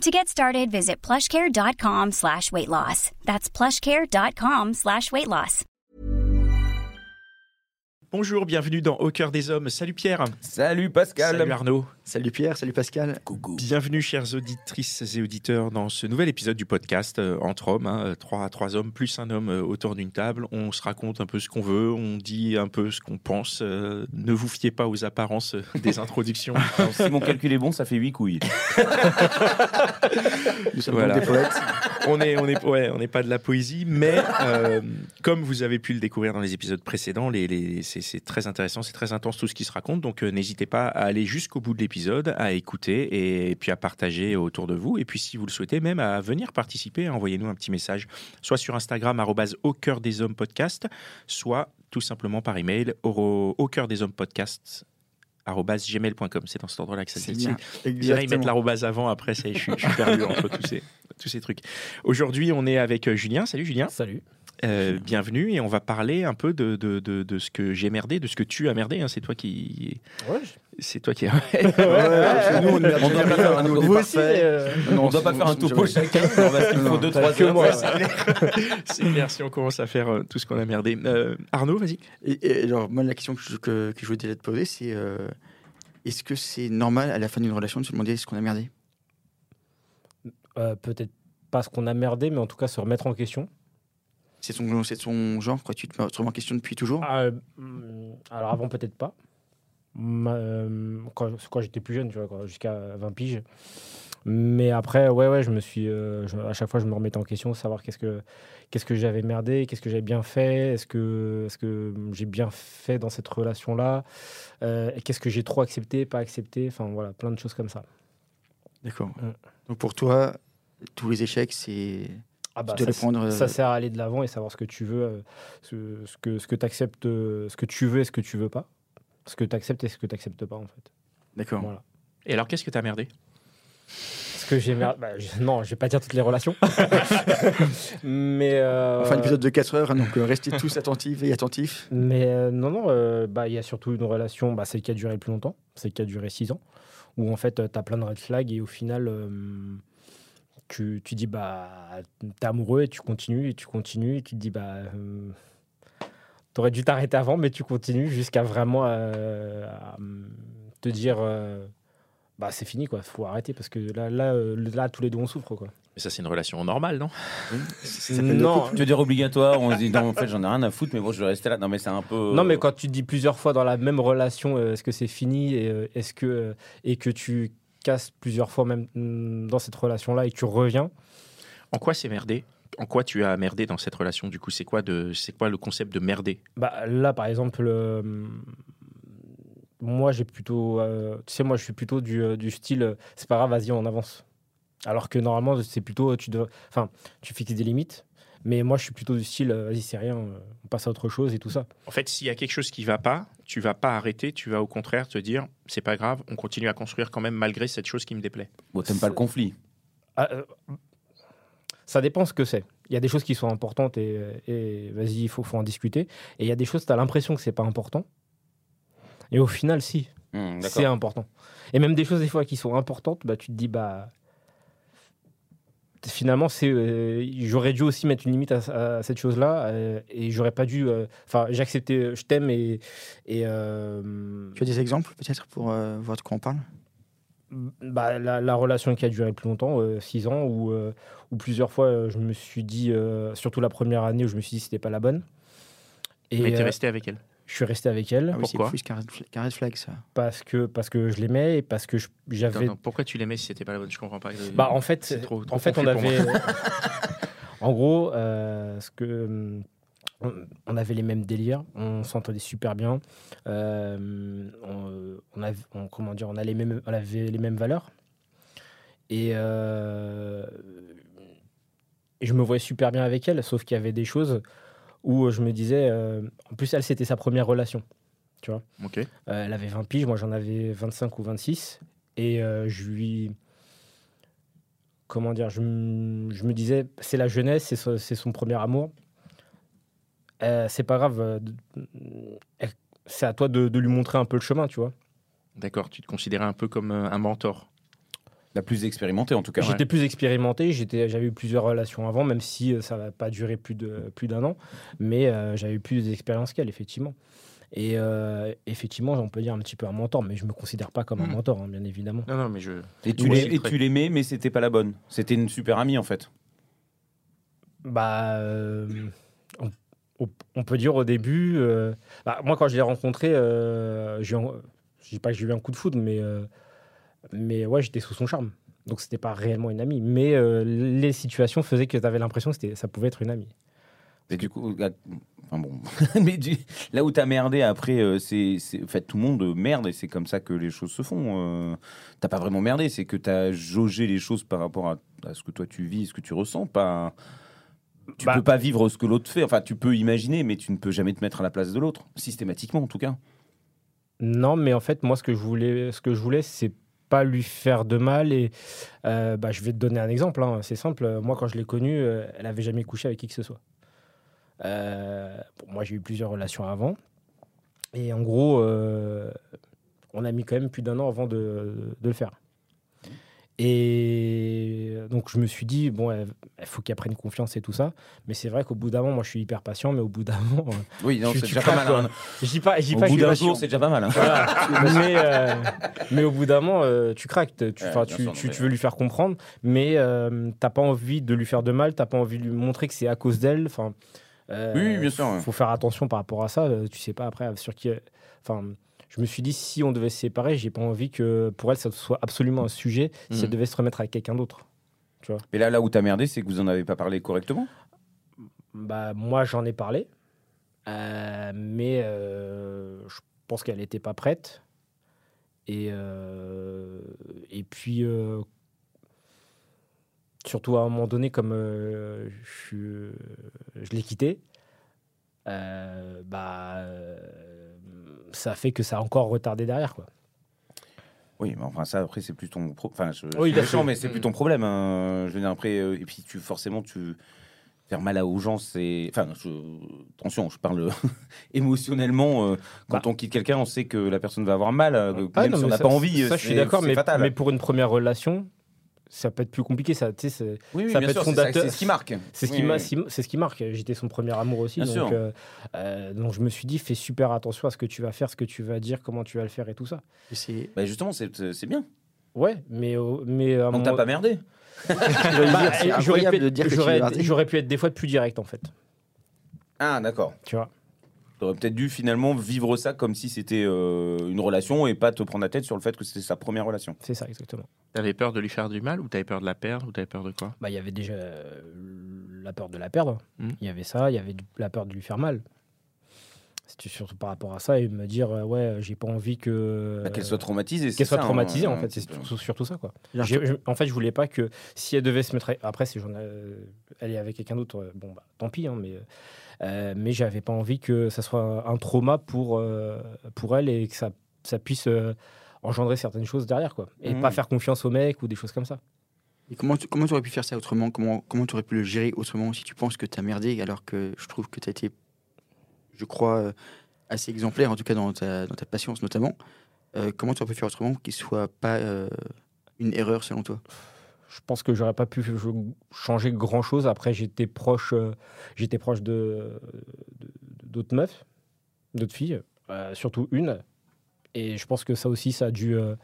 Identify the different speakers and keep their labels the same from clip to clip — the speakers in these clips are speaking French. Speaker 1: To get started, visit plushcare.com slash weight loss. That's plushcare.com slash weight loss.
Speaker 2: Bonjour, bienvenue dans Au cœur des hommes. Salut Pierre.
Speaker 3: Salut Pascal.
Speaker 2: Salut Arnaud.
Speaker 4: Salut Pierre, salut Pascal.
Speaker 3: Coucou.
Speaker 2: Bienvenue, chères auditrices et auditeurs, dans ce nouvel épisode du podcast euh, Entre hommes. hein, euh, trois, trois hommes plus un homme euh, autour d'une table. On se raconte un peu ce qu'on veut, on dit un peu ce qu'on pense. euh, ne vous fiez pas aux apparences euh, des introductions.
Speaker 3: Alors, si mon calcul est bon, ça fait 8 couilles.
Speaker 4: Nous sommes
Speaker 2: Voilà.
Speaker 4: donc des poètes.
Speaker 2: on est, on est, ouais, on n'est pas de la poésie, mais euh, comme vous avez pu le découvrir dans les épisodes précédents, les, les- c'est, c'est très intéressant, c'est très intense tout ce qui se raconte. Donc euh, n'hésitez pas à aller jusqu'au bout de l'épisode, à écouter et, puis à partager autour de vous. Et puis si vous le souhaitez, même à venir participer, envoyez-nous un petit message, soit sur Instagram arrobase au cœur des hommes podcast, soit tout simplement par email au, au cœur des hommes podcast arrobase gmail.com. C'est dans cet ordre-là que ça se dit. J'allais y mettre
Speaker 4: Exactement.
Speaker 2: l'arrobase avant, après, ça y est, je suis, je suis perdu entre tous ces, tous ces trucs. Aujourd'hui, on est avec euh, Julien. Salut Julien.
Speaker 5: Salut.
Speaker 2: Euh, bienvenue. Et on va parler un peu de, de, de, de ce que j'ai merdé, de ce que tu as merdé. hein. C'est toi qui.
Speaker 5: Ouais,
Speaker 2: C'est toi qui.
Speaker 4: Ouais, ouais, chez nous, on ne merde
Speaker 3: On doit
Speaker 4: jamais,
Speaker 3: pas faire un
Speaker 4: hein, nous, on est
Speaker 3: nouveau
Speaker 4: parfaits. Non,
Speaker 3: euh, on ne doit pas
Speaker 4: nous
Speaker 3: faire un
Speaker 4: sommes
Speaker 3: topo
Speaker 4: jamais-
Speaker 3: chacun, on va il faut
Speaker 4: Non,
Speaker 3: 2
Speaker 4: t'as
Speaker 3: 3
Speaker 4: que moi.
Speaker 3: heures.
Speaker 2: C'est clair si on commence à faire euh, tout ce qu'on a merdé. Euh, Arnaud, vas-y.
Speaker 4: Et, et genre, moi, la question que je, que, que je voulais déjà te poser, c'est euh, est-ce que c'est normal à la fin d'une relation de se demander est-ce qu'on a merdé
Speaker 5: Euh, Peut-être pas ce qu'on a merdé, mais en tout cas se remettre en question.
Speaker 4: C'est son, c'est son genre, quoi. Tu te mets- te remets en question depuis toujours.
Speaker 5: Ah, euh, mm, alors avant, peut-être pas. Ma- euh, quand quand j'étais plus jeune, tu vois, quoi, jusqu'à 20 piges. Mais après, ouais, ouais, je me suis. euh, je- à chaque fois, je me remettais en question, savoir qu'est-ce que, qu'est-ce que j'avais merdé, qu'est-ce que j'avais bien fait, est-ce que, est-ce que j'ai bien fait dans cette relation-là, euh, qu'est-ce que j'ai trop accepté, pas accepté, enfin voilà, plein de choses comme ça.
Speaker 4: D'accord.
Speaker 3: Euh.
Speaker 5: Mm.
Speaker 4: Donc pour toi, tous les échecs, c'est.
Speaker 5: Ah bah,
Speaker 4: Tu dois
Speaker 5: ça,
Speaker 4: les prendre,
Speaker 5: ça
Speaker 4: euh,
Speaker 5: sert à aller de l'avant et savoir ce que tu veux, euh, ce, ce que, ce que tu acceptes, ce que tu veux et ce que tu veux pas. Ce que tu acceptes et ce que tu acceptes pas, en fait.
Speaker 4: D'accord.
Speaker 5: Voilà.
Speaker 2: Et alors, qu'est-ce que tu as merdé
Speaker 5: Ce que j'ai. mer- bah, je- non, je vais pas dire toutes les relations. mais. euh,
Speaker 4: Enfin, un épisode de 4 heures, hein, donc euh, restez tous attentifs et attentifs.
Speaker 5: Mais euh, non, non, euh, bah, il y a surtout une relation, bah, celle qui a duré le plus longtemps, celle qui a duré 6 ans, où en fait, tu as plein de red flags et au final, euh, tu, tu dis, bah, t'es amoureux et tu continues et tu continues et tu te dis, bah, euh, t'aurais dû t'arrêter avant, mais tu continues jusqu'à vraiment euh, à, euh, te dire, euh, bah, c'est fini, quoi, faut arrêter parce que là, là, euh, là tous les deux, on souffre, quoi.
Speaker 2: Mais ça, c'est une relation normale, non
Speaker 5: Non,
Speaker 3: Tu veux dire obligatoire, on se dit non, en fait, j'en ai rien à foutre, mais bon, je vais rester là. Non, mais c'est un peu.
Speaker 5: Non, mais quand tu te dis plusieurs fois dans la même relation, euh, est-ce que c'est fini et, euh, est-ce que, euh, et que tu casses plusieurs fois même mm, dans cette relation-là et que tu reviens,
Speaker 2: En quoi c'est merdé En quoi tu as merdé dans cette relation Du coup, c'est quoi, de, c'est quoi le concept de merder
Speaker 5: bah, là, par exemple, euh, mm, moi, j'ai plutôt. euh, tu sais, moi, je suis plutôt du, euh, du style euh, c'est pas grave, vas-y, on avance. Alors que normalement, c'est plutôt. euh, Tu dois, enfin, tu fixes des limites. Mais moi, je suis plutôt du style euh, vas-y, c'est rien, euh, on passe à autre chose et tout ça.
Speaker 2: En fait, s'il y a quelque chose qui va pas, tu vas pas arrêter, tu vas au contraire te dire c'est pas grave, on continue à construire quand même malgré cette chose qui me déplaît.
Speaker 3: Bon, t'aimes pas le conflit.
Speaker 5: Ah, euh, ça dépend ce que c'est. Il y a des choses qui sont importantes et, et vas-y, il faut, faut en discuter. Et il y a des choses, tu as l'impression que c'est pas important. Et au final, si,
Speaker 3: Hum,
Speaker 5: c'est
Speaker 3: D'accord.
Speaker 5: important. Et même des choses, des fois, qui sont importantes, bah, tu te dis, bah. Finalement, c'est, euh, j'aurais dû aussi mettre une limite à, à cette chose-là euh, et j'aurais pas dû. euh, Enfin, j'ai accepté, euh, je t'aime et. et euh,
Speaker 4: Tu as des exemples peut-être pour euh, voir de quoi on parle
Speaker 5: bah, la, la relation qui a duré le plus longtemps, 6 ans, où, euh, où plusieurs fois euh, je me suis dit, euh, surtout la première année où je me suis dit que c'était pas la bonne. Et
Speaker 2: Mais t'es
Speaker 5: euh,
Speaker 2: resté avec elle.
Speaker 5: je suis resté avec elle
Speaker 4: Ah oui, c'est
Speaker 2: Pourquoi
Speaker 4: plus qu'un red fl- qu'un red flag, ça.
Speaker 5: parce, que, parce que je l'aimais et parce que je- j'avais.
Speaker 2: Attends, pourquoi tu l'aimais si c'était pas la bonne Je comprends pas.
Speaker 5: Bah, en fait,
Speaker 2: C'est trop- trop
Speaker 5: en fait on
Speaker 2: confus pour
Speaker 5: avait. en gros, euh, ce que. hum, On on avait les mêmes délires, on s'entendait super bien, euh, on, euh, on avait, on- comment dire, on, a les mêmes, on avait les mêmes valeurs. Et, euh, et je me voyais super bien avec elle, sauf qu'il y avait des choses où euh, je me disais, euh, en plus, elle, c'était sa première relation.
Speaker 6: Ok.
Speaker 5: Euh, elle avait 20 piges, moi j'en avais 25 ou 26. Et euh, je lui. Comment dire Je, m- je me disais, c'est la jeunesse, c'est so- c'est son premier amour. Euh, c'est pas grave. euh, de- elle- C'est à toi de, de lui montrer un peu le chemin, tu vois.
Speaker 2: D'accord, tu te considérais un peu comme euh, un mentor.
Speaker 3: La plus expérimentée, en tout cas.
Speaker 2: ouais.
Speaker 5: J'étais plus expérimenté, j'étais- j'avais eu plusieurs relations avant, même si euh, ça n'a pas duré plus de plus d'un an, mais euh, j'avais eu plus d'expérience qu'elle, effectivement. Et euh, effectivement, on peut dire un petit peu un mentor, mais je me considère pas comme un
Speaker 2: Mm.
Speaker 5: mentor, hein, bien évidemment.
Speaker 2: Non, non, mais je.
Speaker 3: Et tu
Speaker 2: Oui,
Speaker 3: l'ai- et
Speaker 2: très.
Speaker 3: tu l'aimais, mais c'était pas la bonne. C'était une super amie, en fait.
Speaker 5: Bah, euh, on, on- on peut dire au début. euh, bah, moi, quand je l'ai rencontré, euh, j'ai eu un- je dis pas que j'ai eu un coup de foudre, mais, euh, mais ouais, j'étais sous son charme. Donc, c'était pas réellement une amie. Mais euh, les situations faisaient que tu avais l'impression que c'était- ça pouvait être une amie.
Speaker 3: Et du coup, la- enfin bon. mais du- là où t'as merdé après, euh, c'est, c'est- en fait, tout le monde merde et c'est comme ça que les choses se font. euh. t'as pas vraiment merdé, c'est que t'as jaugé les choses par rapport à, à ce que toi tu vis, ce que tu ressens. Pas, tu
Speaker 5: Bah.
Speaker 3: peux pas vivre ce que l'autre fait. Enfin, tu peux imaginer, mais tu ne peux jamais te mettre à la place de l'autre, systématiquement en tout cas.
Speaker 5: Non, mais en fait, moi, ce que je voulais, ce que je voulais, c'est pas lui faire de mal. Et euh, bah, je vais te donner un exemple. hein, C'est simple. Moi, quand je l'ai connue, euh, elle avait jamais couché avec qui que ce soit. Euh, bon, moi, j'ai eu plusieurs relations avant. Et en gros, euh, on a mis quand même plus d'un an avant de, de le faire. Et donc, je me suis dit, bon, euh, il faut qu'elle prenne confiance et tout ça. Mais c'est vrai qu'au bout d'un moment, moi, je suis hyper patient, mais au bout d'un moment, euh,
Speaker 3: Oui, non,
Speaker 5: Tu-
Speaker 3: c'est
Speaker 5: tu
Speaker 3: déjà pas
Speaker 5: craques,
Speaker 3: mal. hein.
Speaker 5: je dis pas, je dis
Speaker 3: Au
Speaker 5: pas que
Speaker 3: bout
Speaker 5: je suis
Speaker 3: d'un
Speaker 5: patient.
Speaker 3: jour, c'est déjà pas mal. hein.
Speaker 5: Voilà. mais, euh, mais au bout d'un moment, euh, tu craques. t- Tu,
Speaker 3: Ouais,
Speaker 5: enfin,
Speaker 3: bien
Speaker 5: tu,
Speaker 3: sûr, non,
Speaker 5: tu-
Speaker 3: mais-
Speaker 5: tu veux lui faire comprendre, mais euh, t'as pas envie de lui faire de mal, t'as pas envie de lui montrer que c'est à cause d'elle. Enfin, euh,
Speaker 3: Oui, oui, bien sûr, ouais.
Speaker 5: Faut faire attention par rapport à ça. euh, Tu sais pas après sur qui. euh, Enfin, je me suis dit si on devait se séparer, j'ai pas envie que pour elle ça soit absolument un sujet si
Speaker 2: Mhm.
Speaker 5: elle devait se remettre avec quelqu'un d'autre.
Speaker 3: Mais là, là où t'as merdé, c'est que vous en avez pas parlé correctement.
Speaker 5: Bah moi j'en ai parlé, Euh, mais euh, je pense qu'elle n'était pas prête. Et, euh, et puis, euh, surtout à un moment donné, comme euh, je, suis- je l'ai quitté, euh, bah, euh, ça fait que ça a encore retardé derrière. Quoi.
Speaker 3: Oui, mais enfin ça après c'est plus ton pro- enfin je,
Speaker 5: Oui,
Speaker 3: je suis
Speaker 5: bien sûr. Mm.
Speaker 3: méchant, mais c'est plus ton problème. hein. Je veux dire après euh, et puis tu forcément tu faire mal à aux gens c'est enfin je... attention je parle émotionnellement euh, quand
Speaker 5: Bah.
Speaker 3: on quitte quelqu'un on sait que la personne va avoir mal euh, même
Speaker 5: Ah, non,
Speaker 3: si on
Speaker 5: mais
Speaker 3: n'a
Speaker 5: ça-
Speaker 3: pas envie.
Speaker 5: Ça,
Speaker 3: euh,
Speaker 5: je
Speaker 3: c'est-
Speaker 5: suis d'accord,
Speaker 3: c'est
Speaker 5: mais,
Speaker 3: fatal.
Speaker 5: mais pour une première relation, ça peut être plus compliqué. Ça, tu sais, c'est-
Speaker 3: oui, oui,
Speaker 5: ça
Speaker 3: bien
Speaker 5: peut être
Speaker 3: sûr, c'est ça-
Speaker 5: fondateur.
Speaker 3: C'est ce qui marque.
Speaker 5: C'est ce,
Speaker 3: Oui,
Speaker 5: qui m'a-
Speaker 3: oui.
Speaker 5: si- c'est ce qui marque. J'étais son premier amour aussi.
Speaker 3: Bien sûr.
Speaker 5: donc, euh, euh, donc je me suis dit, fais super attention à ce que tu vas faire, ce que tu vas dire, comment tu vas le faire et tout ça.
Speaker 4: Et c'est-
Speaker 3: Bah, justement c'est c'est bien.
Speaker 5: Ouais, mais. au- mais euh, à un
Speaker 3: Donc
Speaker 5: moment-
Speaker 3: t'as pas merdé.
Speaker 5: Bah,
Speaker 4: dire, c'est
Speaker 5: j'aurais
Speaker 4: incroyable
Speaker 5: pu-
Speaker 4: de dire que tu
Speaker 5: j'aurais-
Speaker 4: l'as raté.
Speaker 5: J'aurais pu être des fois plus direct en fait.
Speaker 3: Ah d'accord.
Speaker 5: Tu vois
Speaker 3: T'aurais peut-être dû finalement vivre ça comme si c'était euh, une relation et pas te prendre la tête sur le fait que c'était sa première relation.
Speaker 5: C'est ça exactement.
Speaker 2: T'avais peur de lui faire du mal ou t'avais peur de la perdre ou t'avais peur de quoi
Speaker 5: Bah, il y avait déjà euh, la peur de la perdre. Il
Speaker 2: Mm.
Speaker 5: y avait ça, il y avait du- la peur de lui faire mal. C'était surtout par rapport à ça et me dire, euh, ouais, j'ai pas envie que.
Speaker 3: Bah, qu'elle soit traumatisée. c'est
Speaker 5: Euh, qu'elle soit
Speaker 3: ça, hein,
Speaker 5: traumatisée en
Speaker 3: un
Speaker 5: fait,
Speaker 3: petit
Speaker 5: c'est
Speaker 3: peu.
Speaker 5: surtout, surtout ça quoi.
Speaker 4: Alors,
Speaker 5: J'ai- je- en fait, je voulais pas que si elle devait se mettre à- après, si j'en ai- euh, elle est avec quelqu'un d'autre, euh, bon bah tant pis, hein, mais euh, mais j'avais pas envie que ça soit un trauma pour euh, pour elle et que ça ça puisse euh, engendrer certaines choses derrière quoi, et
Speaker 3: Mhm.
Speaker 5: pas faire confiance au mec ou des choses comme ça.
Speaker 4: Et comment tu, comment tu aurais pu faire ça autrement Comment comment tu aurais pu le gérer autrement si tu penses que tu as merdé alors que je trouve que tu as été, je crois, euh, assez exemplaire, en tout cas dans ta, dans ta patience notamment. Euh, comment tu aurais pu faire autrement qu'il soit pas euh, une erreur selon toi
Speaker 5: Je pense que j'aurais pas pu je- changer grand chose. Après, j'étais proche, euh, j'étais proche de de- d'autres meufs, d'autres filles, euh, surtout une. Et je pense que ça aussi, ça a dû, euh,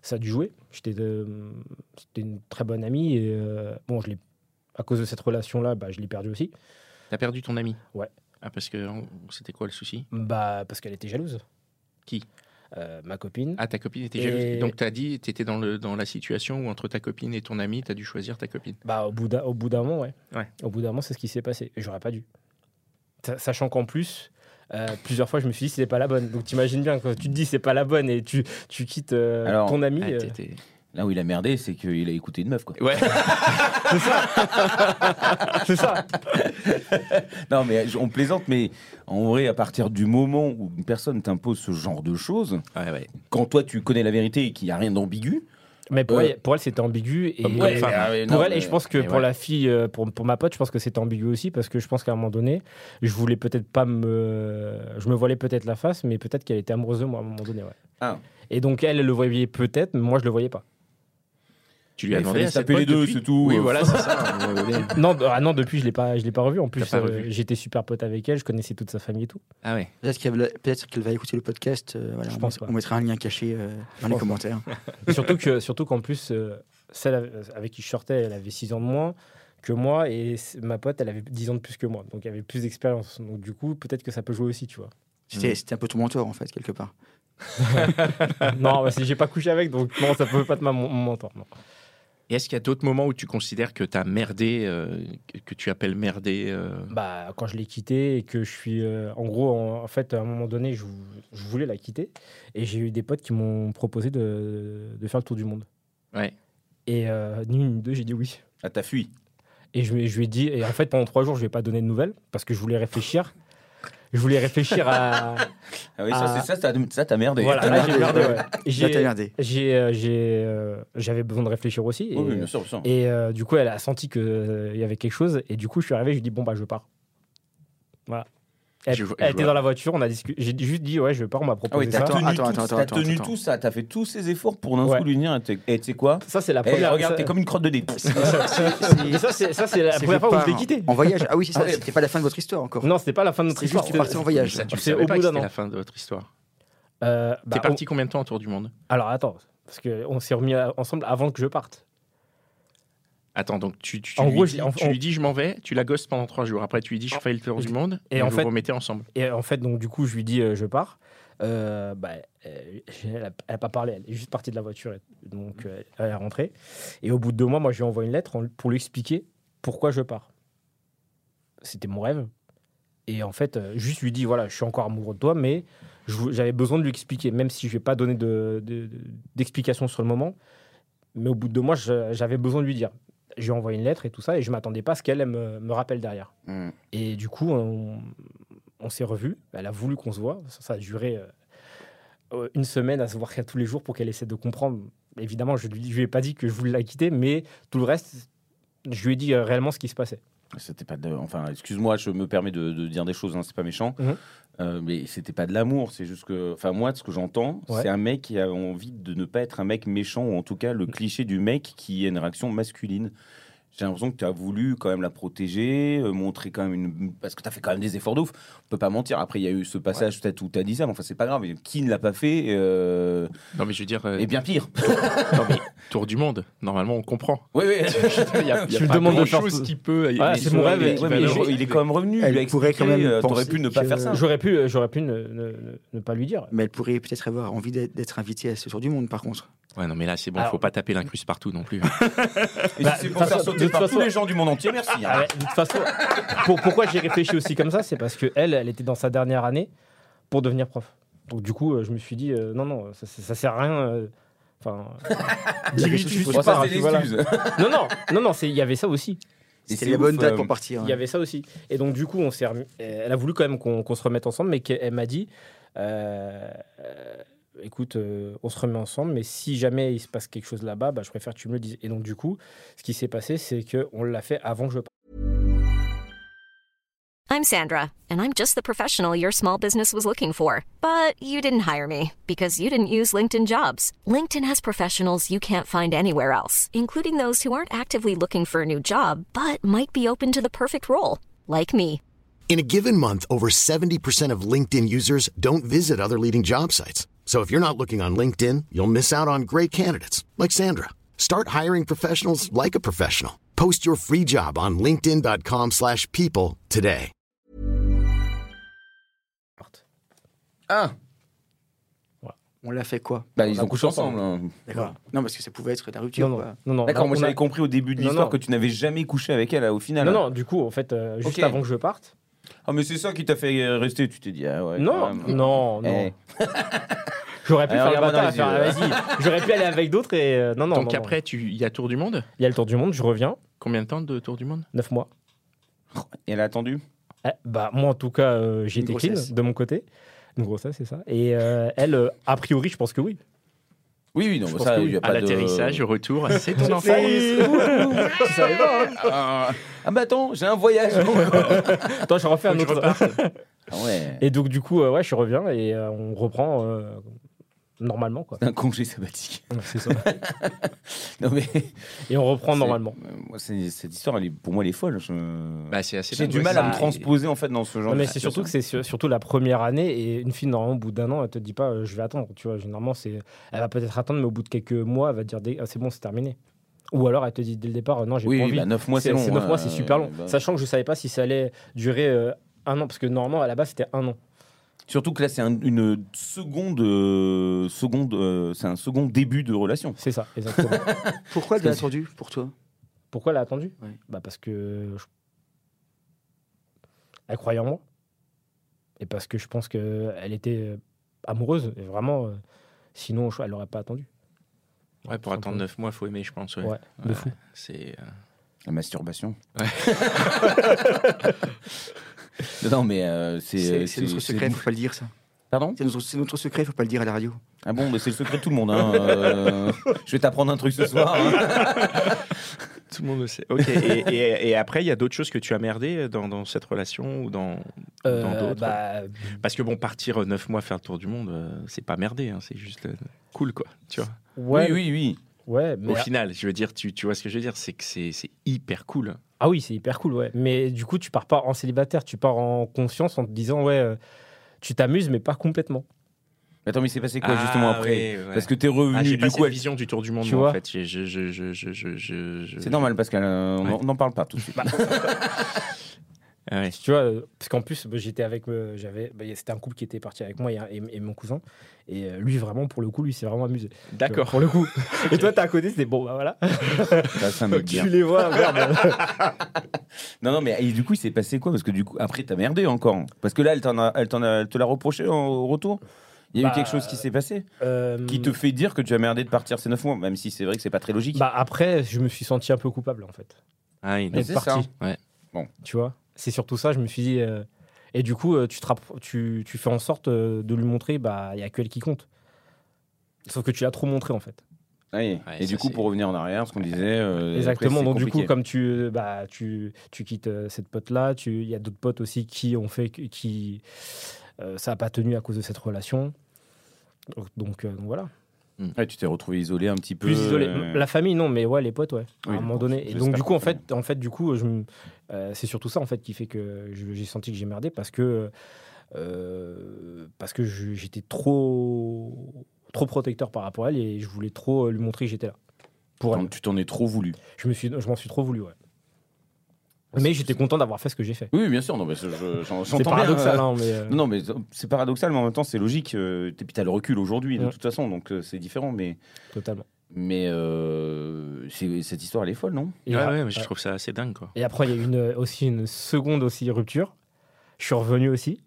Speaker 5: ça a dû jouer. J'étais, euh, c'était une très bonne amie et euh, bon, je l'ai, à cause de cette relation-là, bah, je l'ai perdue aussi.
Speaker 2: T'as perdu ton ami
Speaker 5: Ouais.
Speaker 2: Ah, parce que on- c'était quoi le souci
Speaker 5: Bah, parce qu'elle était jalouse.
Speaker 2: Qui
Speaker 5: Euh, Ma copine.
Speaker 2: Ah, ta copine était
Speaker 5: Et-
Speaker 2: jalouse. Donc t'as dit, t'étais dans, le, dans la situation où entre ta copine et ton ami, t'as dû choisir ta copine.
Speaker 5: Bah, au bout d'un, au bout d'un moment, ouais.
Speaker 2: Ouais.
Speaker 5: Au bout d'un moment, c'est ce qui s'est passé. Et J'aurais pas dû. Sa- Sachant qu'en plus, euh, plusieurs fois, je me suis dit, c'est pas la bonne. Donc, t'imagines bien, quoi. Tu te dis, c'est pas la bonne et tu, tu quittes euh,
Speaker 3: Alors,
Speaker 5: ton ami.
Speaker 2: Ah,
Speaker 5: euh,
Speaker 2: t'étais-
Speaker 3: Là où il a merdé, c'est qu'il a écouté une meuf, quoi.
Speaker 2: Ouais.
Speaker 5: C'est ça.
Speaker 3: Non, mais je- on plaisante, mais en vrai, à partir du moment où une personne t'impose ce genre de choses,
Speaker 2: ouais, ouais.
Speaker 3: quand toi tu connais la vérité et qu'il n'y a rien d'ambigu,
Speaker 5: Mais pour,
Speaker 3: Euh,
Speaker 5: elle, pour elle, c'était ambigu. Et,
Speaker 2: Comme Ouais, femme.
Speaker 3: ah ouais,
Speaker 5: pour
Speaker 3: non,
Speaker 5: elle, et
Speaker 3: mais-
Speaker 5: je pense que
Speaker 3: mais
Speaker 5: pour
Speaker 3: ouais.
Speaker 5: la fille, euh, pour, pour ma pote, je pense que c'était ambigu aussi parce que je pense qu'à un moment donné, je voulais peut-être pas me. Je me voilais peut-être la face, mais peut-être qu'elle était amoureuse de moi à un moment donné. Ouais.
Speaker 3: Ah.
Speaker 5: Et donc elle, elle le voyait peut-être, mais moi je le voyais pas.
Speaker 2: Tu lui as
Speaker 3: Il
Speaker 2: demandé
Speaker 3: fallait
Speaker 2: à
Speaker 3: se
Speaker 2: cette
Speaker 3: taper les
Speaker 2: pote
Speaker 3: deux,
Speaker 2: depuis
Speaker 3: c'est tout.
Speaker 2: Oui,
Speaker 3: Euh,
Speaker 2: voilà, c'est ça.
Speaker 5: Non, de- ah non, depuis je l'ai pas, je l'ai pas revu. En plus,
Speaker 2: pas
Speaker 5: euh,
Speaker 2: revu.
Speaker 5: j'étais super pote avec elle, je connaissais toute sa famille et tout.
Speaker 2: Ah ouais.
Speaker 4: Peut-être qu'elle va, peut-être qu'elle va écouter le podcast. euh, voilà,
Speaker 5: Je
Speaker 4: on,
Speaker 5: pense
Speaker 4: met-
Speaker 5: pas.
Speaker 4: on mettra un lien caché euh, dans les
Speaker 5: pense
Speaker 4: commentaires.
Speaker 5: Et surtout que, surtout qu'en plus, euh, celle av- avec qui je sortais, elle avait 6 ans de moins que moi et c- ma pote, elle avait 10 ans de plus que moi, donc elle avait plus d'expérience. Donc du coup, peut-être que ça peut jouer aussi, tu vois.
Speaker 4: C'était,
Speaker 5: Mm.
Speaker 4: c'était un peu ton mentor en fait quelque part.
Speaker 5: non, bah, c'est- j'ai pas couché avec, donc non, ça pouvait pas être ma mon, mon mentor, non.
Speaker 2: Mm. Et est-ce qu'il y a d'autres moments où tu considères que tu as merdé, euh, que- que tu appelles merdé euh,
Speaker 5: Bah, quand je l'ai quittée et que je suis. euh, en gros, en, en fait, à un moment donné, je, vou- je voulais la quitter et j'ai eu des potes qui m'ont proposé de, de faire le tour du monde.
Speaker 2: Ouais.
Speaker 5: Et euh, ni une ni deux, j'ai dit oui.
Speaker 3: Ah, t'as fui.
Speaker 5: Et je, lui- je lui ai dit, et en fait, pendant trois jours, je lui ai pas donné de nouvelles parce que je voulais réfléchir. Je voulais réfléchir à.
Speaker 3: Ah oui, ça,
Speaker 5: Ah.
Speaker 3: c'est ça, t'as- ça, t'as merdé.
Speaker 5: voilà,
Speaker 4: t'as
Speaker 5: là,
Speaker 4: merdé,
Speaker 5: j'ai merdé,
Speaker 4: ouais.
Speaker 5: ouais.
Speaker 4: Là, t'as
Speaker 5: J'ai-
Speaker 4: merdé.
Speaker 5: j'ai, euh, j'ai, euh, J'avais besoin de réfléchir aussi. Et,
Speaker 3: Oui, oui, bien sûr, bien sûr.
Speaker 5: et, euh, du coup, elle a senti qu'il il y avait quelque chose. Et du coup, je suis arrivé, je lui ai dit, bon, bah, je pars. Voilà. Elle,
Speaker 2: Je vois-
Speaker 5: elle
Speaker 2: je
Speaker 5: était
Speaker 2: vois.
Speaker 5: dans la voiture, on a discuté. J'ai juste dit, ouais, je pars, on m'a
Speaker 3: Ah oui,
Speaker 5: proposé
Speaker 3: t'as
Speaker 5: ça.
Speaker 4: attends,
Speaker 3: tenu,
Speaker 4: attends,
Speaker 3: tout,
Speaker 4: attends,
Speaker 3: t'as
Speaker 4: attends,
Speaker 3: tenu
Speaker 4: attends.
Speaker 3: tout ça, t'as fait tous ces efforts pour d'un
Speaker 5: Ouais.
Speaker 3: coup lui dire, et tu sais quoi
Speaker 5: Ça, c'est la
Speaker 3: Eh,
Speaker 5: première.
Speaker 3: Regarde,
Speaker 5: ça-
Speaker 3: t'es comme une crotte de dé.
Speaker 5: Mais ça, c'est ça, c'est la
Speaker 4: C'est fait
Speaker 5: première fois où je l'ai
Speaker 4: par-
Speaker 5: quitté.
Speaker 4: En voyage. Ah oui, c'est ça.
Speaker 3: Ah ouais.
Speaker 4: C'était pas la fin de votre histoire encore.
Speaker 5: Non, c'était pas la fin de notre
Speaker 4: c'est juste
Speaker 5: histoire.
Speaker 4: que tu partais en voyage.
Speaker 2: Ça, tu le
Speaker 5: C'est
Speaker 2: savais
Speaker 5: au
Speaker 2: pas
Speaker 5: bout
Speaker 2: que
Speaker 5: d'un
Speaker 2: c'était
Speaker 5: an.
Speaker 2: la fin de votre histoire.
Speaker 5: Euh, bah,
Speaker 2: T'es parti combien de temps autour du monde
Speaker 5: on- Alors attends, parce que on s'est remis à- ensemble avant que je parte.
Speaker 2: Attends, donc tu, tu, tu
Speaker 5: En
Speaker 2: lui,
Speaker 5: gros,
Speaker 2: dis,
Speaker 5: j'ai- en-
Speaker 2: tu
Speaker 5: en-
Speaker 2: lui dis je m'en vais, tu la gosses pendant trois jours. Après, tu lui dis je fais le tour du monde
Speaker 5: Et
Speaker 2: et
Speaker 5: en
Speaker 2: on vous
Speaker 5: fait-
Speaker 2: remettez ensemble.
Speaker 5: Et euh, en fait, donc du coup, je lui dis, euh, je pars. Euh, bah, euh, elle, a, elle a pas parlé, elle est juste partie de la voiture. et- donc euh, elle est rentrée. Et au bout de deux mois, moi, je lui envoie une lettre en- pour lui expliquer pourquoi je pars. C'était mon rêve. Et en fait, euh, juste lui dis, voilà, je suis encore amoureux de toi, mais je vou- j'avais besoin de lui expliquer, même si je vais pas donné de- de- de- d'explication sur le moment. Mais au bout de deux mois, je- j'avais besoin de lui dire. J'ai envoyé une lettre et tout ça, et je m'attendais pas à ce qu'elle elle me- me rappelle derrière.
Speaker 3: Mm.
Speaker 5: Et du coup, on, on s'est revus. Elle a voulu qu'on se voit. Ça, ça a duré euh, euh, une semaine à se voir tous les jours pour qu'elle essaie de comprendre. Évidemment, je lui, je lui ai pas dit que je voulais la quitter, mais tout le reste, je lui ai dit euh, réellement ce qui se passait.
Speaker 3: C'était pas de... Enfin, excuse-moi, je me permets de, de dire des choses, hein, c'est pas méchant.
Speaker 5: Mhm.
Speaker 3: Euh, mais c'était pas de l'amour, c'est juste que. Enfin, moi, de ce que j'entends,
Speaker 5: Ouais.
Speaker 3: c'est un mec qui a envie de ne pas être un mec méchant, ou en tout cas
Speaker 4: Mhm.
Speaker 3: le cliché du mec qui a une réaction masculine. J'ai l'impression que tu as voulu quand même la protéger, euh, montrer quand même une. Parce que tu as fait quand même des efforts de ouf. On peut pas mentir. Après, il y a eu ce passage peut-être où tu as dit ça, mais enfin, c'est pas grave. Qui ne l'a pas fait euh,
Speaker 2: Non, mais je veux dire, euh,
Speaker 5: Eh
Speaker 3: est bien pire.
Speaker 2: non, mais tour du monde, normalement on comprend.
Speaker 3: Oui, oui.
Speaker 2: Il y a,
Speaker 5: Tu me demandes de faire
Speaker 2: chose
Speaker 5: tout.
Speaker 2: qui peut. euh,
Speaker 5: Ah,
Speaker 2: mais
Speaker 5: c'est
Speaker 2: sur
Speaker 5: mon
Speaker 2: les-
Speaker 5: rêve,
Speaker 2: les
Speaker 3: mais
Speaker 5: ouais, mais
Speaker 2: valeurs-
Speaker 5: je-
Speaker 3: il est quand même revenu.
Speaker 4: Elle
Speaker 3: lui a
Speaker 4: pourrait quand même
Speaker 3: expliqué, euh, T'aurais
Speaker 4: penser
Speaker 3: pu ne pas
Speaker 4: que-
Speaker 3: faire ça.
Speaker 5: J'aurais pu, euh, j'aurais pu ne, ne- ne- ne pas lui dire.
Speaker 4: Mais elle pourrait peut-être avoir envie d'être d'être invitée à ce tour du monde par contre.
Speaker 2: Ouais, non, mais là, c'est bon,
Speaker 5: Alors-
Speaker 2: faut pas taper l'incruste partout non plus.
Speaker 3: Et
Speaker 5: Bah,
Speaker 3: si c'est
Speaker 5: de
Speaker 3: pour faire
Speaker 5: toute façon-
Speaker 3: sauter
Speaker 5: de
Speaker 3: par
Speaker 5: toute
Speaker 3: tous les
Speaker 5: façon-
Speaker 3: gens du monde entier, merci.
Speaker 5: Ah
Speaker 3: hein.
Speaker 5: ouais, de toute façon, pour- pourquoi j'ai réfléchi aussi comme ça, c'est parce que elle, elle était dans sa dernière année pour devenir prof. Donc du coup, euh, je me suis dit, euh, non, non, ça, ça, ça sert à rien. euh, Enfin, euh, dis-lui tout de suite,
Speaker 3: Bon, ça,
Speaker 5: pars,
Speaker 3: c'est
Speaker 5: tu vois, là.
Speaker 3: l'excuse.
Speaker 5: Non, non, non, non, c'est- il y avait ça aussi.
Speaker 3: Et
Speaker 4: C'était
Speaker 3: c'est
Speaker 4: la
Speaker 3: ouf,
Speaker 4: bonne date
Speaker 3: euh,
Speaker 4: pour partir. hein.
Speaker 5: Il y avait ça aussi. Et donc, du coup, on s'est remis- Elle a voulu quand même qu'on qu'on se remette ensemble, mais qu'elle elle m'a dit euh, euh, écoute, euh, on se remet ensemble, mais si jamais il se passe quelque chose là-bas, bah, je préfère que tu me le dises. Et donc, du coup, ce qui s'est passé, c'est qu'on l'a fait avant que je parte.
Speaker 6: I'm Sandra, and I'm just the professional your small business was looking for. But you didn't hire me because you didn't use LinkedIn jobs. LinkedIn has professionals you can't find anywhere else, including those who aren't actively looking for a new job but might be open to the perfect role, like me.
Speaker 7: In a given month, over 70% of LinkedIn users don't visit other leading job sites. So if you're not looking on LinkedIn, you'll miss out on great candidates like Sandra. Start hiring professionals like a professional. Post your free job on linkedin.com/people slash people today.
Speaker 3: Ah,
Speaker 4: On l'a fait quoi
Speaker 3: bah,
Speaker 5: On
Speaker 3: ils
Speaker 5: a
Speaker 3: ont couché
Speaker 5: couché
Speaker 3: ensemble. hein.
Speaker 4: D'accord. Non parce que ça pouvait être la rupture.
Speaker 5: Non, non,
Speaker 4: quoi.
Speaker 5: non, non,
Speaker 3: D'accord,
Speaker 5: on
Speaker 3: moi
Speaker 5: a-
Speaker 3: j'avais compris au début de
Speaker 5: Non,
Speaker 3: l'histoire
Speaker 5: non.
Speaker 3: que tu n'avais jamais couché avec elle euh, au final.
Speaker 2: Ah,
Speaker 5: Non, non, du coup, en fait, euh, juste
Speaker 3: Ok.
Speaker 5: avant que je parte.
Speaker 3: Ah, mais c'est ça qui t'a fait euh, rester, tu t'es dit. Ah, ouais,
Speaker 5: non,
Speaker 2: Eh,
Speaker 3: quand même.
Speaker 5: non, non.
Speaker 3: Eh.
Speaker 5: J'aurais pu
Speaker 3: Allez,
Speaker 5: faire le
Speaker 3: regarde-moi
Speaker 5: bâtard,
Speaker 3: dans les
Speaker 5: faire, ah, vas-y. J'aurais pu aller avec d'autres et. euh, non, non.
Speaker 2: Donc
Speaker 5: non, non.
Speaker 2: après, tu- il y a Tour du Monde
Speaker 5: Il y a le tour du monde, je reviens,
Speaker 2: Combien de temps de Tour du Monde
Speaker 5: 9 mois.
Speaker 3: Et elle a attendu
Speaker 5: Eh, bah, moi, en tout cas, euh, j'ai
Speaker 4: Une
Speaker 5: été clean
Speaker 4: grossesse.
Speaker 5: de mon côté. Une grossesse, c'est ça. Et euh, elle, euh, a priori, je pense que oui.
Speaker 3: Oui, oui, non,
Speaker 5: Je
Speaker 3: bah,
Speaker 5: pense
Speaker 3: ça,
Speaker 5: que
Speaker 3: il
Speaker 5: oui.
Speaker 3: n'y a
Speaker 2: À
Speaker 3: pas de...
Speaker 2: l'atterrissage, au retour, c'est ton enfant.
Speaker 5: C'est- Je savais pas, hein.
Speaker 3: Ah, ah, bah attends, j'ai un voyage. ah
Speaker 5: Attends, je refais
Speaker 2: Faut
Speaker 5: un
Speaker 2: que je
Speaker 5: autre.
Speaker 2: reparte.
Speaker 3: ouais.
Speaker 5: Et donc, du coup, euh, ouais, je reviens et euh, on reprend euh, normalement, quoi.
Speaker 3: Un congé sabbatique.
Speaker 5: C'est ça.
Speaker 3: Non mais
Speaker 5: Et on reprend
Speaker 3: C'est-
Speaker 5: normalement.
Speaker 3: euh, moi, c'est- cette histoire, elle est, pour moi, elle est folle. Je-
Speaker 2: Bah, c'est assez
Speaker 3: J'ai
Speaker 2: dingue,
Speaker 3: du
Speaker 2: ouais,
Speaker 3: mal à me
Speaker 2: c'est-
Speaker 3: transposer en fait dans ce genre.
Speaker 5: Non, mais
Speaker 3: de
Speaker 5: c'est surtout que
Speaker 3: situation.
Speaker 5: c'est sur- surtout la première année et une fille normalement au bout d'un an elle te dit pas euh, je vais attendre tu vois généralement c'est elle va peut-être attendre mais au bout de quelques mois elle va te dire dès- ah, c'est bon c'est terminé ou alors elle te dit dès le départ euh, non j'ai pas
Speaker 3: Oui,
Speaker 5: envie
Speaker 3: bah, 9 mois, c'est long.
Speaker 5: c'est 9
Speaker 3: hein,
Speaker 5: mois c'est
Speaker 3: euh,
Speaker 5: super long
Speaker 3: bah.
Speaker 5: sachant que je savais pas si ça allait durer euh, un an parce que normalement à la base c'était un an
Speaker 3: Surtout que là, c'est un- une seconde, euh, seconde, euh, c'est un second début de relation.
Speaker 5: c'est ça exactement
Speaker 4: Pourquoi
Speaker 3: Parce que
Speaker 4: de
Speaker 3: c'est-
Speaker 4: attendu pour toi
Speaker 5: pourquoi elle a attendu
Speaker 4: Ouais.
Speaker 5: bah parce que je- elle croyait en moi et parce que je pense que elle était euh, amoureuse et vraiment euh, sinon je- elle aurait pas attendu
Speaker 2: Ouais, pour attendre 9 mois, faut aimer, je pense. Ouais.
Speaker 5: Ouais, de fou.
Speaker 2: C'est. euh,
Speaker 3: La masturbation.
Speaker 2: Ouais.
Speaker 3: non, mais euh, c'est.
Speaker 4: C'est
Speaker 3: euh,
Speaker 4: c'est notre
Speaker 3: c'est-
Speaker 4: secret, faut pas le dire ça.
Speaker 3: Pardon
Speaker 4: C'est notre, c'est notre secret, faut pas le dire à la radio.
Speaker 3: Ah bon, mais c'est le secret de tout le monde. hein, euh, je vais t'apprendre un truc ce soir. hein.
Speaker 2: Tout le monde le sait. Ok. et, et- et après, il y a d'autres choses que tu as merdé dans, dans cette relation ou dans,
Speaker 5: Euh,
Speaker 2: dans d'autres.
Speaker 5: bah,
Speaker 2: Parce que bon, partir 9 mois faire le tour du monde, euh, c'est pas merdé, hein, c'est juste euh, cool, quoi. Tu vois.
Speaker 5: ouais,
Speaker 3: Oui, oui, oui.
Speaker 5: ouais, mais
Speaker 2: Au final, je veux dire, tu, tu vois ce que je veux dire, c'est que c'est c'est hyper cool.
Speaker 5: Ah oui, c'est hyper cool, ouais. Mais du coup, tu pars pas en célibataire, tu pars en conscience en te disant, ouais, euh, tu t'amuses, mais pas complètement.
Speaker 3: Attends, mais c'est passé quoi justement
Speaker 2: Ah,
Speaker 3: après
Speaker 2: ouais, ouais.
Speaker 3: Parce que t'es
Speaker 2: Ah,
Speaker 3: revenu
Speaker 2: j'ai pas
Speaker 3: du coup.
Speaker 2: cette
Speaker 3: elle-
Speaker 2: vision du tour du monde,
Speaker 5: Tu
Speaker 2: moi, en
Speaker 5: vois.
Speaker 2: fait. Je- je- je- je- je- je- je- je-
Speaker 3: C'est normal, Pascal. euh, on
Speaker 2: Ouais.
Speaker 3: en- on n'en parle pas tout de suite.
Speaker 2: Ah ouais.
Speaker 5: Tu vois, euh, parce qu'en plus, bah, j'étais avec, euh, j'avais, bah, c'était un couple qui était parti avec moi et, un- et- et mon cousin. Et euh, lui, vraiment, pour le coup, lui, s'est vraiment amusé.
Speaker 2: D'accord.
Speaker 5: Pour le coup. et toi, t'es à côté, c'était bon, bah voilà.
Speaker 3: Ça, ça me
Speaker 5: Tu les vois, merde.
Speaker 3: Non, non, mais et du coup, il s'est passé quoi Parce que du coup, après, t'as merdé encore. Parce que là, elle, t'en a, elle, t'en a- elle te l'a reproché en- au retour Il y a eu
Speaker 5: Bah,
Speaker 3: quelque chose qui s'est passé
Speaker 5: Euh,
Speaker 3: Qui te fait dire que tu as merdé de partir ces 9 mois, même si c'est vrai que c'est pas très logique.
Speaker 5: Bah après, je me suis senti un peu coupable, en fait.
Speaker 2: Ah, il-
Speaker 3: Mais
Speaker 5: d'être
Speaker 3: c'est
Speaker 5: parti.
Speaker 2: ça. Ouais.
Speaker 3: Bon.
Speaker 5: Tu vois, c'est surtout ça, je me suis dit. euh, Et du coup, euh, tu, te rappro- tu, tu fais en sorte euh, de lui montrer, bah, il n'y a que elle qui compte. Sauf que tu l'as trop montré, en fait.
Speaker 3: Oui.
Speaker 2: Ouais,
Speaker 3: et du
Speaker 2: ça,
Speaker 3: coup,
Speaker 2: c'est-
Speaker 3: pour revenir en arrière, ce qu'on disait. euh, après,
Speaker 5: Exactement.
Speaker 3: c'est
Speaker 5: Donc, du coup,
Speaker 3: compliqué.
Speaker 5: comme tu, euh, bah, tu, tu quittes euh, cette pote-là, tu- il y a d'autres potes aussi qui ont fait. que- qui euh, Ça n'a pas tenu à cause de cette relation. Donc, euh, donc voilà.
Speaker 3: Ouais, tu t'es retrouvé isolé un petit peu.
Speaker 5: Plus isolé.
Speaker 3: euh,
Speaker 5: La famille, non, mais ouais, les potes, ouais.
Speaker 3: Oui,
Speaker 5: à un moment
Speaker 3: bon,
Speaker 5: donné. Et
Speaker 3: j'espère
Speaker 5: donc, du
Speaker 3: que
Speaker 5: coup, en
Speaker 3: ça
Speaker 5: fait, en fait, du coup, je me- euh, c'est surtout ça, en fait, qui fait que je- j'ai senti que j'ai merdé parce que, euh, parce que je- j'étais trop, trop protecteur par rapport à elle et je voulais trop euh, lui montrer que j'étais là. Pour elle.
Speaker 3: Tu t'en es trop voulu.
Speaker 5: Je me suis- je m'en suis trop voulu, ouais. Mais j'étais content d'avoir fait ce que j'ai fait.
Speaker 3: Oui, bien sûr. Non, mais je- je- j'en- j'entends
Speaker 5: C'est
Speaker 3: bien,
Speaker 5: paradoxal,
Speaker 3: euh,
Speaker 5: hein, mais. euh,
Speaker 3: Non, non, mais c'est paradoxal, mais en même temps, c'est logique. euh, Et puis, t'as le recul aujourd'hui, de
Speaker 5: Ouais.
Speaker 3: toute façon, donc euh, c'est différent. Mais,
Speaker 5: Totalement.
Speaker 3: mais euh, c'est- cette histoire, elle est folle, non
Speaker 5: Et,
Speaker 2: Ouais,
Speaker 5: a-
Speaker 2: Ah ouais, mais je trouve ça assez dingue, quoi.
Speaker 5: et après, il y a eu une, aussi une seconde aussi rupture. Je suis revenu aussi.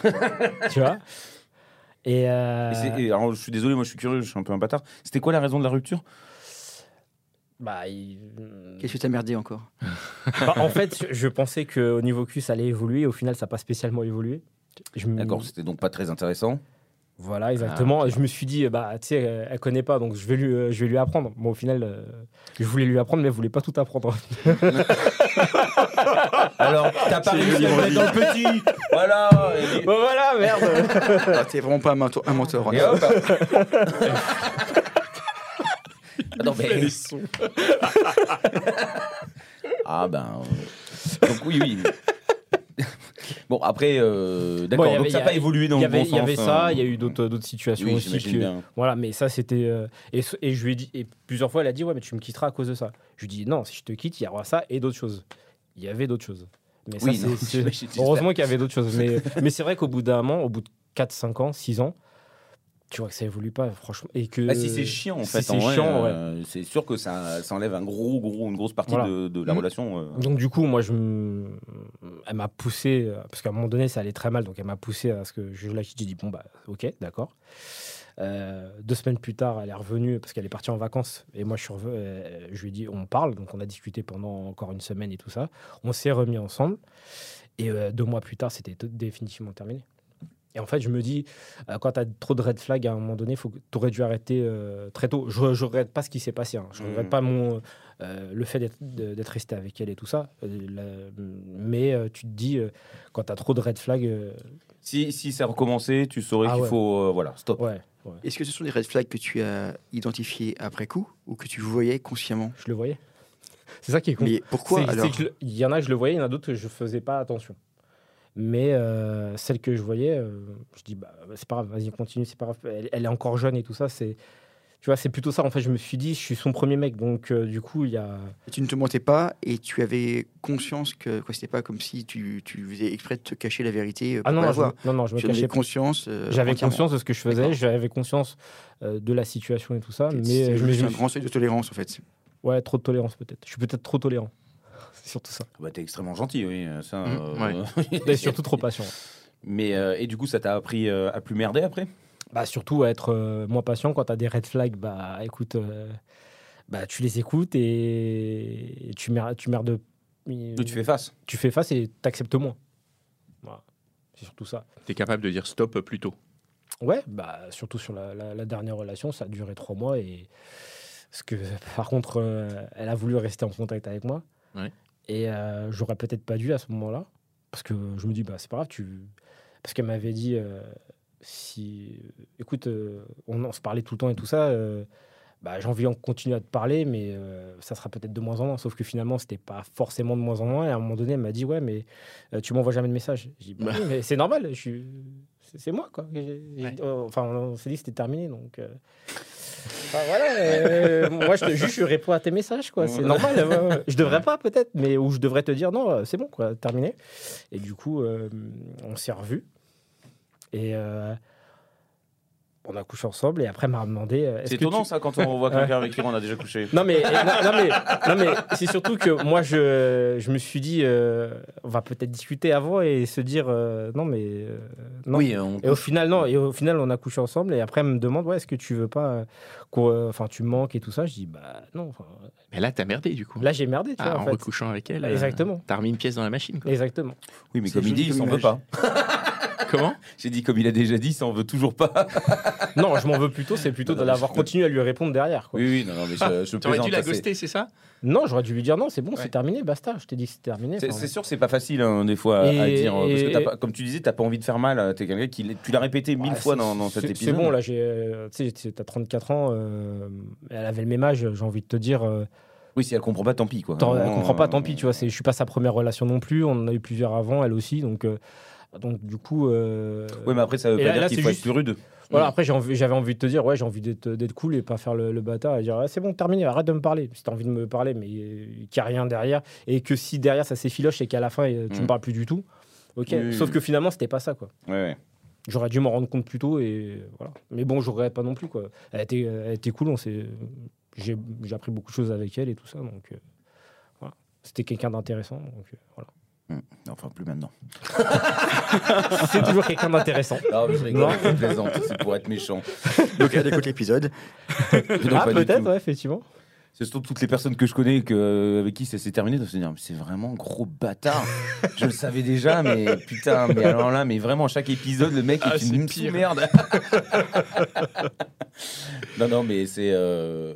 Speaker 5: tu vois et, euh,
Speaker 3: Et c'est- et alors, je suis désolé, moi je suis curieux, je suis un peu un bâtard. C'était quoi la raison de la rupture
Speaker 5: Bah, il-
Speaker 4: Qu'est-ce que t'as merdé encore
Speaker 5: Bah, en fait, je- je pensais qu'au niveau cul, ça allait évoluer. Au final, ça n'a pas spécialement évolué. Je me-
Speaker 3: D'accord, Ah, c'était donc pas très intéressant.
Speaker 5: Voilà, exactement. Et je me suis dit, bah, tu sais, euh, elle connaît pas, donc je vais lui, euh, je vais lui apprendre. Bon, au final, euh, je voulais lui apprendre, mais elle voulait pas tout apprendre.
Speaker 3: Alors, t'as pas réussi à le mettre dans le petit Voilà et-
Speaker 5: bah voilà, merde.
Speaker 4: Ah, T'es vraiment pas un mentor. Un mentor
Speaker 3: et
Speaker 4: hein.
Speaker 3: hop. Attends, mais- Ah ben. euh, Donc, oui, oui. Bon, après, euh, d'accord,
Speaker 5: Bon, il y
Speaker 3: donc
Speaker 5: avait-
Speaker 3: ça n'a
Speaker 5: il y
Speaker 3: pas
Speaker 5: avait-
Speaker 3: évolué dans
Speaker 5: Il y
Speaker 3: le
Speaker 5: avait,
Speaker 3: bon
Speaker 5: il y avait
Speaker 3: sens,
Speaker 5: ça,
Speaker 3: euh,
Speaker 5: il y a eu d'autres, d'autres situations
Speaker 3: Oui,
Speaker 5: aussi.
Speaker 3: j'imagine
Speaker 5: que-
Speaker 3: bien.
Speaker 5: Voilà, mais ça, c'était. euh, Et, ce- et je lui ai dit, et plusieurs fois, elle a dit, ouais, mais tu me quitteras à cause de ça. Je lui ai dit, non, si je te quitte, il y aura ça et d'autres choses. Il y avait d'autres choses. Mais ça,
Speaker 3: Oui,
Speaker 5: c'est-
Speaker 3: non,
Speaker 5: c'est-
Speaker 3: j'imagine, j'espère.
Speaker 5: Heureusement qu'il y avait d'autres choses. Mais, mais c'est vrai qu'au bout d'un moment, au bout de 4, 5 ans, 6 ans, Tu vois que ça évolue pas, franchement. Et que,
Speaker 3: Bah, si c'est chiant, en
Speaker 5: si
Speaker 3: fait,
Speaker 5: c'est
Speaker 3: en vrai,
Speaker 5: chiant,
Speaker 3: euh, c'est sûr que ça, ça enlève un gros, gros, une grosse partie
Speaker 5: Voilà.
Speaker 3: de, de la
Speaker 5: Mhm.
Speaker 3: relation. euh.
Speaker 5: Donc du coup, moi, je m- elle m'a poussé, euh, parce qu'à un moment donné, ça allait très mal, donc elle m'a poussé à ce que je lâche. J'ai dit, bon, bah, ok, d'accord. Euh, deux semaines plus tard, elle est revenue, parce qu'elle est partie en vacances, et moi, je, suis reve- euh, je lui ai dit, on parle, donc on a discuté pendant encore une semaine et tout ça. On s'est remis ensemble, et euh, deux mois plus tard, c'était t- définitivement terminé. Et en fait, je me dis, euh, quand tu as trop de red flags, à un moment donné, tu aurais dû arrêter euh, très tôt. Je ne regrette pas ce qui s'est passé. hein. Je ne regrette
Speaker 3: Mhm.
Speaker 5: pas mon, euh, le fait d'être- de- d'être resté avec elle et tout ça. euh, la- mais euh, tu te dis, euh, quand tu as trop de red flags, euh,
Speaker 3: Si, si ça recommençait, tu saurais
Speaker 5: Ah
Speaker 3: qu'il
Speaker 5: ouais.
Speaker 3: faut. euh, voilà, stop.
Speaker 5: ouais, ouais.
Speaker 4: Est-ce que ce sont des red flags que tu as identifiés après coup ou que tu voyais consciemment
Speaker 5: je le voyais. C'est ça qui est con.
Speaker 4: Mais pourquoi
Speaker 5: C'est- c'est
Speaker 4: alors
Speaker 5: que je le- Il y en a que je le voyais, il y en a d'autres que je faisais pas attention. Mais euh, celle que je voyais, euh, je dis, bah, c'est pas grave, vas-y, continue, c'est pas grave. Elle, elle est encore jeune et tout ça, c'est. Tu vois, c'est plutôt ça. En fait, je me suis dit, je suis son premier mec. Donc, euh, du coup, il y a.
Speaker 4: Tu ne te mentais pas et tu avais conscience que quoi, c'était pas comme si tu, tu faisais exprès de te cacher la vérité. euh, Pour
Speaker 5: Ah non,
Speaker 4: la
Speaker 5: non, je,
Speaker 4: voir.
Speaker 5: non, non, je me
Speaker 4: Tu en avais
Speaker 5: cachais
Speaker 4: conscience. euh,
Speaker 5: J'avais
Speaker 4: entièrement.
Speaker 5: conscience de ce que je faisais,
Speaker 4: D'accord.
Speaker 5: j'avais conscience euh, de la situation et tout ça, mais
Speaker 4: C'est
Speaker 5: euh, je me
Speaker 4: juste
Speaker 5: je me
Speaker 4: un
Speaker 5: suis-
Speaker 4: grand seuil de tolérance en fait.
Speaker 5: Ouais, trop de tolérance peut-être. Je suis peut-être trop tolérant. C'est surtout ça.
Speaker 3: Ah Bah, t'es extrêmement gentil, oui. euh,
Speaker 5: Mmh.
Speaker 3: Ça,
Speaker 2: Mhm,
Speaker 3: euh,
Speaker 5: Et surtout trop patient.
Speaker 3: Mais, euh, et du coup, ça t'a appris euh, à plus merder après
Speaker 5: Bah surtout à être euh, moins patient quand t'as des red flags, bah écoute, euh, bah tu les écoutes et, et tu merdes, tu merdes.
Speaker 3: Ou tu fais face
Speaker 5: tu fais face et t'acceptes moins. Voilà. C'est surtout ça.
Speaker 2: T'es capable de dire stop plus tôt.
Speaker 5: Ouais, bah surtout sur la, la- la dernière relation, ça a duré trois mois et parce que par contre, euh, elle a voulu rester en contact avec moi
Speaker 2: Ouais.
Speaker 5: et euh, j'aurais peut-être pas dû à ce moment-là parce que je me dis bah c'est pas grave, tu parce qu'elle m'avait dit euh, si écoute, euh, on, on se parlait tout le temps et tout ça, euh, bah j'ai envie de continuer à te parler mais euh, ça sera peut-être de moins en moins. Sauf que finalement c'était pas forcément de moins en moins et à un moment donné elle m'a dit ouais mais euh, tu m'envoies jamais de message. J'ai dit, bah oui, mais c'est normal, je suis... c'est c'est moi, quoi. que j'ai- j'ai- euh, Enfin, on, on s'est dit que c'était terminé, donc... euh, enfin, voilà, euh, moi, je te juste, je réponds à tes messages, quoi. C'est normal. ouais, ouais. Je devrais pas, peut-être, mais ou je devrais te dire, non, euh, c'est bon, quoi, terminé. Et du coup, euh, on s'est revus. Et... euh, on a couché ensemble et après elle m'a demandé. euh, est-ce
Speaker 3: C'est
Speaker 5: que tu-
Speaker 3: étonnant, ça, quand on voit quelqu'un avec qui on a déjà couché.
Speaker 5: non mais, non, non, mais, non, mais c'est surtout que moi je, je me suis dit euh, on va peut-être discuter avant et se dire euh, non mais euh, non.
Speaker 3: Oui, on...
Speaker 5: Et au final non et au final on a couché ensemble et après elle me demande ouais est-ce que tu veux pas euh, qu'on, euh, enfin tu me manques et tout ça je dis bah non enfin,
Speaker 2: Mais là, t'as merdé du coup.
Speaker 5: là j'ai merdé tu
Speaker 2: Ah,
Speaker 5: vois
Speaker 2: en
Speaker 5: en fait.
Speaker 2: recouchant avec elle. euh,
Speaker 5: Exactement.
Speaker 2: T'as remis une pièce dans la machine. Quoi.
Speaker 5: Exactement.
Speaker 3: oui, mais
Speaker 4: C'est
Speaker 3: comme il
Speaker 4: joli
Speaker 3: dit, il
Speaker 4: comme
Speaker 3: s'en veut
Speaker 4: image.
Speaker 3: pas.
Speaker 2: Comment
Speaker 3: J'ai dit, comme il a déjà dit, il s'en veut toujours pas.
Speaker 5: Non, je m'en veux plutôt, c'est plutôt
Speaker 3: Non, non,
Speaker 5: d'avoir
Speaker 3: mais-
Speaker 5: continué à lui répondre derrière. Quoi.
Speaker 3: Oui, oui, non, non, mais je, je
Speaker 2: T'aurais
Speaker 3: plaisante,
Speaker 2: dû la
Speaker 3: ça, c'est-
Speaker 2: ghoster, c'est ça
Speaker 5: Non, j'aurais dû lui dire non, c'est bon,
Speaker 2: Ouais.
Speaker 5: c'est terminé, basta. Je t'ai dit c'est terminé.
Speaker 3: C'est
Speaker 5: enfin,
Speaker 3: c'est sûr, que c'est pas facile hein, des fois à- à
Speaker 5: hein, Et-
Speaker 3: dire. euh, parce que
Speaker 5: et-
Speaker 3: t'as pas- comme tu disais, t'as pas envie de faire mal. euh, T'es quelqu'un qui, l'- tu l'as répété mille
Speaker 5: Ouais,
Speaker 3: fois
Speaker 5: c'est-
Speaker 3: dans, dans cet
Speaker 5: c'est-
Speaker 3: épisode.
Speaker 5: C'est bon, là, j'ai, euh, tu sais, j'ai- t'as 34 ans, euh, elle avait le même âge, j'ai envie de te dire, euh,
Speaker 3: Oui, si elle comprend pas, tant pis quoi.
Speaker 5: t'en- elle
Speaker 3: Non,
Speaker 5: comprend pas,
Speaker 3: euh,
Speaker 5: tant pis, tu vois, c'est- je suis pas sa première relation non plus, on en a eu plusieurs avant, elle aussi, donc, euh, donc du coup... euh,
Speaker 3: Oui, mais après, ça veut
Speaker 5: Et
Speaker 3: pas
Speaker 5: là- là,
Speaker 3: dire qu'il
Speaker 5: c'est
Speaker 3: faut être
Speaker 5: juste-
Speaker 3: plus rude.
Speaker 5: Voilà, après, j'ai envie- j'avais envie de te dire, ouais, j'ai envie d'être d'être cool et pas faire le, le bâtard et dire, ah, c'est bon, terminé, arrête de me parler. Si t'as envie de me parler, mais euh, qu'il n'y a rien derrière, et que si derrière ça s'effiloche et qu'à la fin, euh, tu
Speaker 3: Mm.
Speaker 5: me parles plus du tout, ok.
Speaker 3: Oui, oui,
Speaker 5: Sauf
Speaker 3: oui.
Speaker 5: que finalement, c'était pas ça, quoi.
Speaker 3: Ouais, ouais.
Speaker 5: J'aurais dû m'en rendre compte plus tôt et voilà. Mais bon, je regrette pas non plus quoi. Elle était, elle était cool, on s'est, j'ai, j'ai appris beaucoup de choses avec elle et tout ça, donc euh, voilà. C'était quelqu'un d'intéressant, donc euh, voilà.
Speaker 3: Enfin, plus maintenant.
Speaker 5: C'est toujours quelqu'un d'intéressant.
Speaker 3: Non, mais je
Speaker 5: rigole, Non.
Speaker 3: c'est plaisante, c'est pour être méchant.
Speaker 4: Donc elle écoute l'épisode.
Speaker 3: Non,
Speaker 5: ah
Speaker 3: pas du
Speaker 5: peut-être,
Speaker 3: tout.
Speaker 5: ouais, effectivement.
Speaker 3: C'est surtout toutes les personnes que je connais que, avec qui ça s'est terminé doivent se dire mais c'est vraiment un gros bâtard. je le savais déjà, mais putain, mais alors là, mais vraiment, chaque épisode, le mec
Speaker 2: Ah,
Speaker 3: est
Speaker 2: c'est
Speaker 3: une
Speaker 2: pire.
Speaker 3: merde. non, non, mais c'est. euh,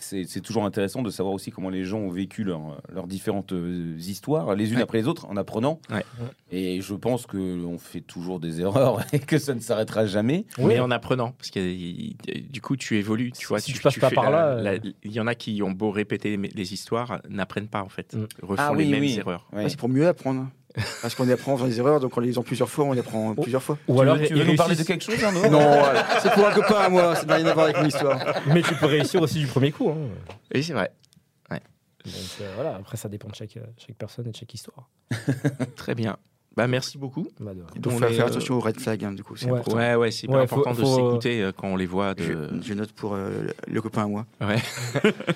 Speaker 3: C'est c'est toujours intéressant de savoir aussi comment les gens ont vécu leur- leurs différentes euh, histoires, les unes
Speaker 2: Ouais.
Speaker 3: après les autres, en apprenant.
Speaker 2: Ouais.
Speaker 3: Et je pense qu'on fait toujours des erreurs et que ça ne s'arrêtera jamais.
Speaker 2: Mais en apprenant, parce que il- il- du coup, tu évolues. Tu vois,
Speaker 5: Si tu passes pas
Speaker 2: fais
Speaker 5: par
Speaker 2: la-
Speaker 5: là,
Speaker 2: la-
Speaker 5: euh.
Speaker 2: Il y en a qui ont beau répéter les- les histoires, n'apprennent pas en fait,
Speaker 5: Mm.
Speaker 2: refont
Speaker 3: Ah
Speaker 2: les
Speaker 3: oui,
Speaker 2: mêmes
Speaker 3: oui.
Speaker 2: erreurs.
Speaker 3: Ouais.
Speaker 4: Ah, c'est pour mieux apprendre. Parce qu'on apprend en faisant des erreurs, donc en les faisant plusieurs fois, on les apprend
Speaker 5: Oh.
Speaker 4: plusieurs fois.
Speaker 5: Ou
Speaker 3: Tu
Speaker 5: alors,
Speaker 3: veux, tu
Speaker 5: il
Speaker 3: veux nous parler de
Speaker 5: réussit-
Speaker 3: quelque chose, hein, Arnaud
Speaker 4: Non, voilà. c'est pour un copain à moi, ça n'a rien à voir avec mon histoire.
Speaker 5: mais tu peux réussir aussi du premier coup. hein.
Speaker 2: Oui, c'est vrai.
Speaker 5: Donc euh, voilà, après ça dépend de chaque, euh, chaque personne et de chaque histoire.
Speaker 2: Très bien. Bah, merci beaucoup.
Speaker 5: Bah, de rien.
Speaker 4: Il faut
Speaker 2: On
Speaker 4: faire,
Speaker 2: est,
Speaker 4: faire
Speaker 2: euh,
Speaker 4: attention aux red flags, hein, du coup. c'est
Speaker 5: Ouais.
Speaker 4: important.
Speaker 2: Ouais, ouais, c'est pas
Speaker 5: Ouais, faut-
Speaker 2: important de
Speaker 5: faut, euh,
Speaker 2: s'écouter euh, quand on les voit. De...
Speaker 4: Je, je note pour euh, le- le copain à moi.
Speaker 2: Ouais.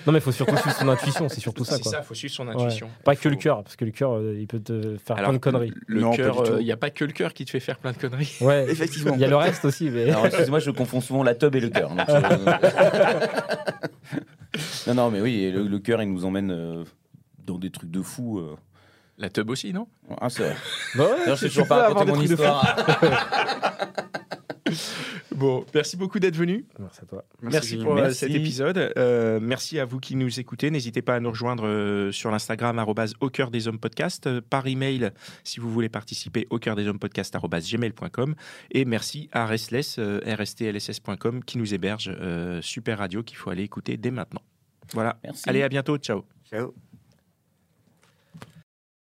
Speaker 5: Non, mais il faut surtout suivre son intuition, c'est surtout ça.
Speaker 2: C'est
Speaker 5: Quoi.
Speaker 2: ça, faut suivre son intuition.
Speaker 5: Pas que le
Speaker 2: Faut-
Speaker 5: cœur, parce que le cœur, euh, il peut te faire
Speaker 2: Alors,
Speaker 5: plein de conneries.
Speaker 2: Le
Speaker 4: Non, pas
Speaker 2: cœur,
Speaker 4: du tout.
Speaker 2: euh, il n'y a pas que le cœur qui te fait faire plein de conneries.
Speaker 5: Ouais,
Speaker 4: Effectivement.
Speaker 5: il y a le reste aussi, mais.
Speaker 3: Alors, excusez-moi, je confonds souvent la teub et le cœur. donc, euh, non, non, mais oui, et le, le cœur, il nous emmène euh, dans des trucs de fou. euh.
Speaker 2: La teub aussi, non
Speaker 3: Ah, c'est vrai.
Speaker 5: Bah ouais,
Speaker 3: D'ailleurs, je sais
Speaker 5: tu- tu
Speaker 3: toujours
Speaker 5: peux
Speaker 3: pas
Speaker 5: avoir
Speaker 3: raconté mon
Speaker 5: des trucs de fou.
Speaker 3: histoire.
Speaker 2: Bon, merci beaucoup d'être venu.
Speaker 5: Merci à toi.
Speaker 2: Merci,
Speaker 4: Gilles.
Speaker 2: pour euh,
Speaker 3: Merci.
Speaker 2: cet épisode. Euh, merci à vous qui nous écoutez. N'hésitez pas à nous rejoindre euh, sur l'Instagram arrobase au cœur des hommes podcast, euh, par email si vous voulez participer au cœur des hommes podcast arrobase gmail.com et merci à Restless, euh, rstlss.com qui nous héberge. euh, super radio qu'il faut aller écouter dès maintenant. Voilà.
Speaker 3: Merci.
Speaker 2: Allez, à bientôt. Ciao.
Speaker 4: Ciao.